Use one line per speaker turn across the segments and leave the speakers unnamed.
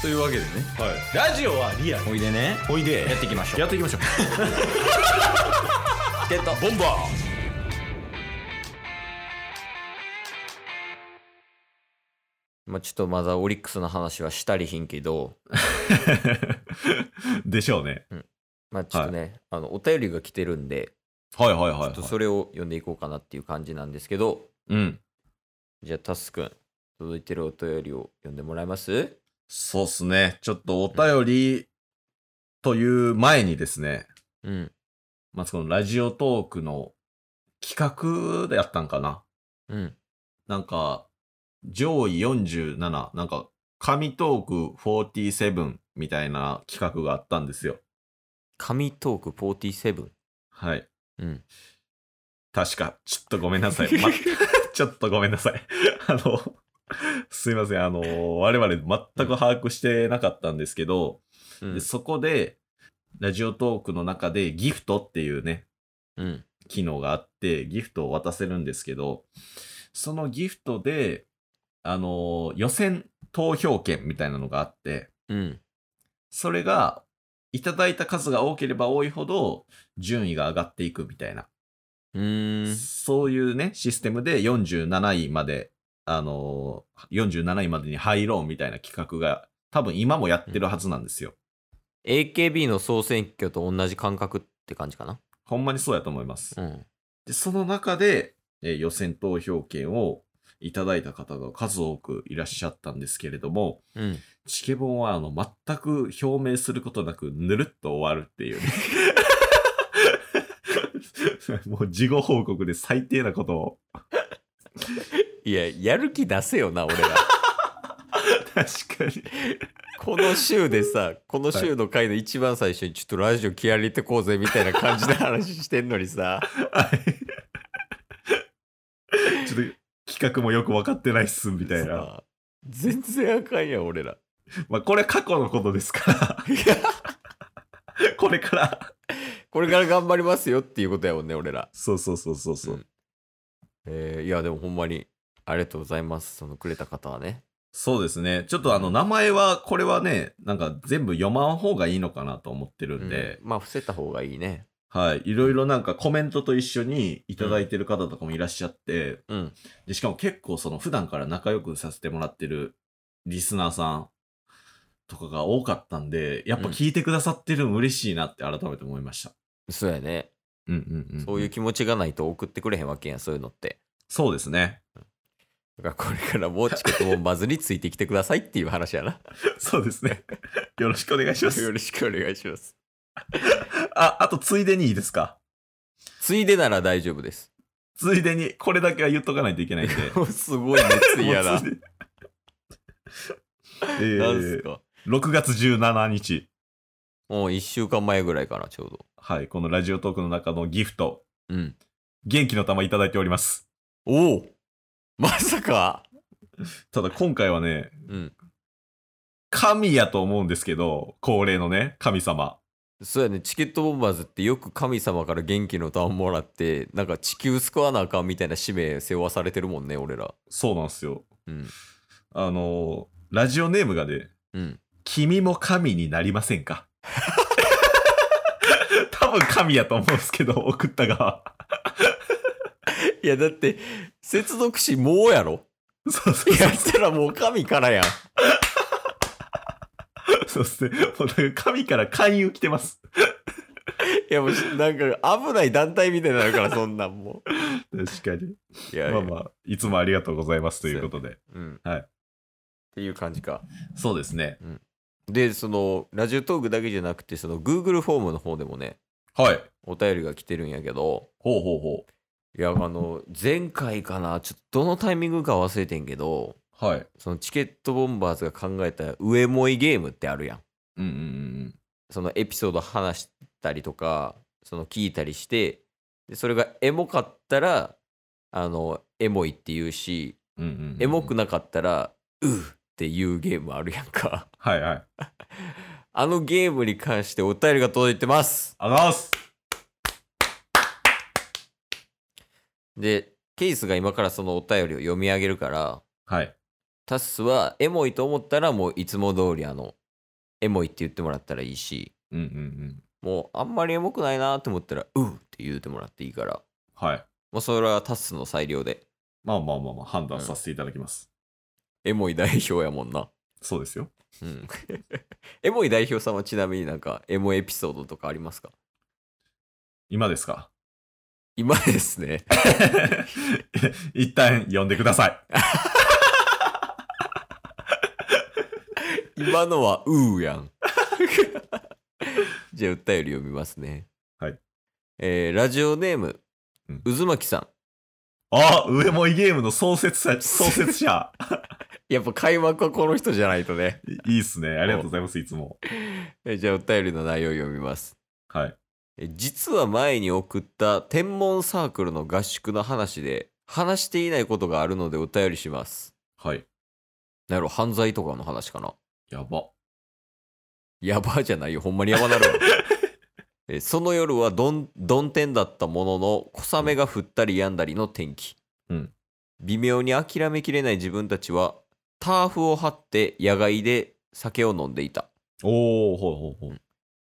というわけでね
はい、ラジオはリアル
おいでね
おいで
やっていきましょう
やっていきましょう
ゲット
ボンバ
まあ、ちょっとまだオリックスの話はしたりひんけど、
ーでしょうね
まあ、ちょっとね、あのお便りが来てるんで
はいはいはい、
ちょっとそれを読んでいこうかなっていう感じなんですけど
うん
じゃあタスくん届いてるお便りを読んでもらえます
そうっすねちょっとお便りという前にですね
うん
まずこのラジオトークの企画でやったんかな
うん
なんか上位47なんか神トーク47みたいな企画があったんですよ
神トーク47
はい
うん
確かちょっとごめんなさい、まちょっとごめんなさい。 あの、すいません。あの、我々全く把握してなかったんですけど、
うん
でそこで、ラジオトークの中でギフトっていうね、
うん
機能があって、ギフトを渡せるんですけど、そのギフトで、あの、予選投票権みたいなのがあって、
うん
それが、いただいた数が多ければ多いほど、順位が上がっていくみたいな。
うーん
そういうね、システムで47位まで、あのー、47位までに入ろうみたいな企画が、多分今もやってるはずなんですよ。
AKB の総選挙と同じ感覚って感じかな
ほんまにそうやと思います。
うん
で、その中で、えー予選投票権をいただいた方が数多くいらっしゃったんですけれども、
うん
チケボンはあの全く表明することなくぬるっと終わ るっていう ねもう事後報告で最低なことを
いややる気出せよな俺 ら
確かに
この週でさこの週の回の一番最初にちょっとラジオ気合い入れてこうぜみたいな感じで話してんのにさ
はい。ちょっと企画もよく分かってないっすみたいな。
さ全然あかんやん俺ら
まあこれ過去のことですから、これから。
これから頑張りますよっていうことやもんね俺ら、
そうそうそうそうそう。
うんえーいやでもほんまにありがとうございますそのくれた方はね
そうですね。ちょっとあの名前は、これはね、なんか全部読まん方がいいのかなと思ってるんで、
うんまあ伏せた方がいいね
はい。いろいろなんかコメントと一緒にいただいてる方とかもいらっしゃって、
うん
でしかも結構その普段から仲良くさせてもらってるリスナーさんとかが多かったんで、やっぱ聞いてくださってるの嬉しいなって改めて思いました。
そうやね、
うんうんうん、
そういう気持ちがないと送ってくれへんわけやんそういうのって
そうですね。
だからこれからもうチケットもバズについてきてくださいっていう話やな
そうで すね。よろしくお願いしま
よ
す。
ろしくお願いします
あ、あとついでにいいですか
ついでなら大丈夫です
ついでに、これだけは言っとかないといけないんで。
すごい熱意や
もう
な
ついでえ
なんす
ー、
か
6月17日。
もう1週間前ぐらいかなちょうど
はい、このラジオトークの中のギフト、
うん
元気の玉いただいております。
お おまさか
ただ今回はね、
うん
神やと思うんですけど、恒例のね、神様。
そうやね、チケットボンバーズってよく神様から元気の玉もらって、なんか地球救わなあかんみたいな使命背負わされてるもんね、俺ら。
そうなんですよ。
うん。
あのーラジオネームがね、
うん。
君も神になりません か多分神やと思うんですけど、送った側。
いや、だって、接続詞もうやろ
そうそう
い
そ
や
う
ったらもう神からやん。
そうですね。もうなんか神から勧誘来てます。
いや、もうしなんか危ない団体みたいになるから、そんなんも
確かに。
う。いやいや、
まあまあ、いつもありがとうございますということで。
うん。
はい
っていう感じか。
そうですね。
で、その、ラジオトークだけじゃなくて、その、Google フォームの方でもね、
はい。
お便りが来てるんやけど、
ほうほうほ
いや、あの、前回かな、ちょっとどのタイミングか忘れてんけど、
う。はい。
そのチケットボンバーズが考えた上もいゲームってあるやん
うんうんうん。
そのエピソード話したりとかその聞いたりしてでそれがエモかったらあのエモいって言うし
うんうんうんうん
エモくなかったらうーっていうゲームあるやんか
はいはい。
あのゲームに関してお便りが届いてます
あざーす
でケイスが今からそのお便りを読み上げるから
はい。
タッスはエモいと思ったらもういつも通りあのエモいって言ってもらったらいいし
うんうんうん。
もうあんまりエモくないなと思ったら「うっ」って言ってもらっていいから
はい。
もうそれはタッスの裁量で
まあまあまあまあ、判断させていただきます。
エモい代表やもんな
そうですよ。
うん エモい代表さんはちなみになんかエモエピソードとかありますか
今ですか
今ですね
一旦呼んでください。
今のは「うーやん じゃあ歌より読みますね
はい
えーラジオネーム
うん
渦巻さん
あ上もいゲームの創設 者、創設者。
やっぱ開幕はこの人じゃないとね
いいっすね。ありがとうございます、いつも。
えじゃあお便りの内容を読みます
はい。
え実は前に送った天文サークルの合宿の話で話していないことがあるのでお便りします
はい。
なる犯罪とかの話かな
やば。
やばじゃないよほんまにやばなる わえその夜はどんどん天だったものの小雨が降ったり止んだりの天気、
うん
微妙に諦めきれない自分たちはターフを張って野外で酒を飲んでいた
おー、ほうほうほう。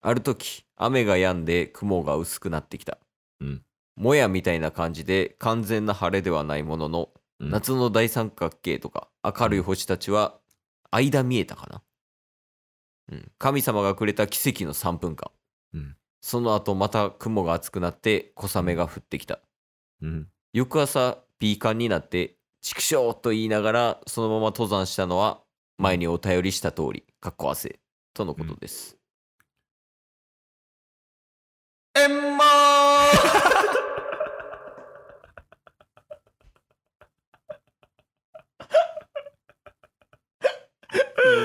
ある時雨が止んで雲が薄くなってきた、
うん
もやみたいな感じで完全な晴れではないものの、
うん
夏の大三角形とか明るい星たちは間見えたかな、うん、神様がくれた奇跡の3分間、
うん
その後また雲が厚くなって小雨が降ってきた
うん。
翌朝ピーカンになって「畜生!」と言いながらそのまま登山したのは前にお便りした通りかっこ汗とのことです、
エンマー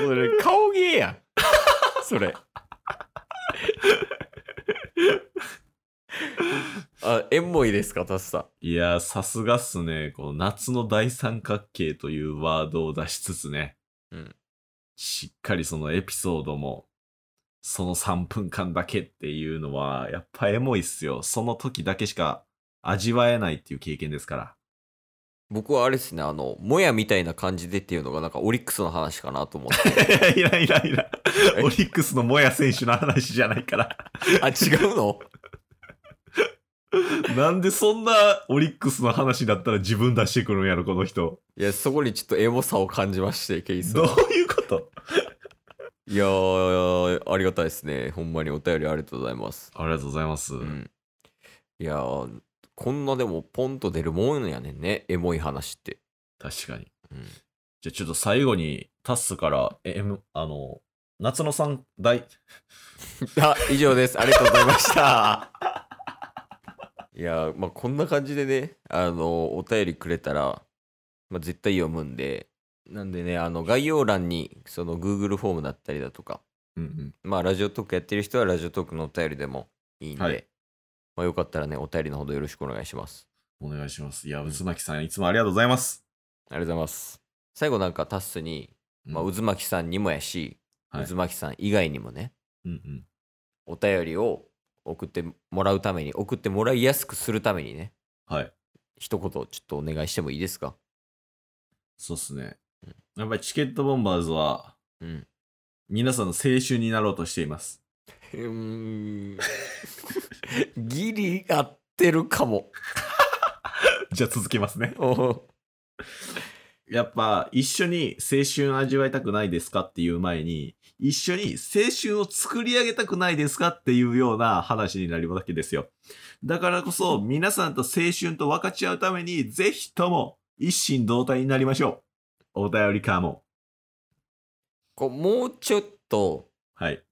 それ顔芸やんそれあエモいですかタスさん
いやー、さすがっすね。この夏の大三角形というワードを出しつつね。
うん
しっかりそのエピソードも、その3分間だけっていうのは、やっぱエモいっすよ。その時だけしか味わえないっていう経験ですから。
僕はあれですねあのもやみたいな感じでっていうのがなんかオリックスの話かなと思って
いらんい らんいらん。オリックスのモヤ選手の話じゃないから。
あ違うの
なんでそんなオリックスの話だったら自分出してくるんやろ、この人。
いやそこにちょっとエモさを感じましてケイス
ど
は
ういうこと
いやーありがたいですねほんまにお便りありがとうございます
ありがとうございます。
うんいやーこんなでもポンと出るもんやねんねエモい話って、
確かに。
うん
じゃあちょっと最後にタッスから、え、M、あの、夏の三大、
あ以上です。ありがとうございました。いやー、まあ、こんな感じでね、あの、お便りくれたら、まあ、絶対読むんで、なんでね、あの、概要欄に、その、Google フォームだったりだとか、
うんうん、
まあ、ラジオトークやってる人は、ラジオトークのお便りでもいいんで、
はい
まあ、よかったらね、お便りのほどよろしくお願いします。
お願いします。いや、渦巻さん、いつもありがとうございます。
ありがとうございます。最後なんか、タッスに、まあ、
うん
渦巻さんにもやし、
はい
渦巻さん以外にもね、
うん
お便りを送ってもらうために、送ってもらいやすくするためにね、
うん。はい。
一言ちょっとお願いしてもいいですか
そうっすね。やっぱりチケットボンバーズは、
うん。
皆さんの青春になろうとしています。
ん。 ギリ合ってるかも。
じゃあ続きますね。
お
やっぱ一緒に青春味わいたくないですかっていう前に一緒に青春を作り上げたくないですかっていうような話になるわけですよだからこそ皆さんと青春と分かち合うためにぜひとも一心同体になりましょうお便りかも
こうもうちょっと
はい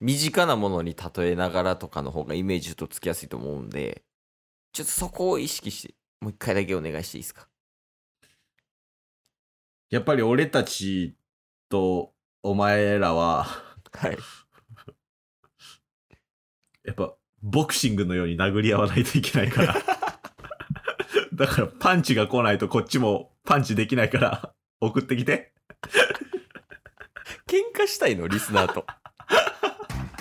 身近なものに例えながらとかの方がイメージちょっとつきやすいと思うんで、ちょっとそこを意識して、もう一回だけお願いしていいですか
やっぱり俺たちとお前らは
はい。
やっぱボクシングのように殴り合わないといけないから だからパンチが来ないとこっちもパンチできないから送ってきて
喧嘩 したいの、リスナーと。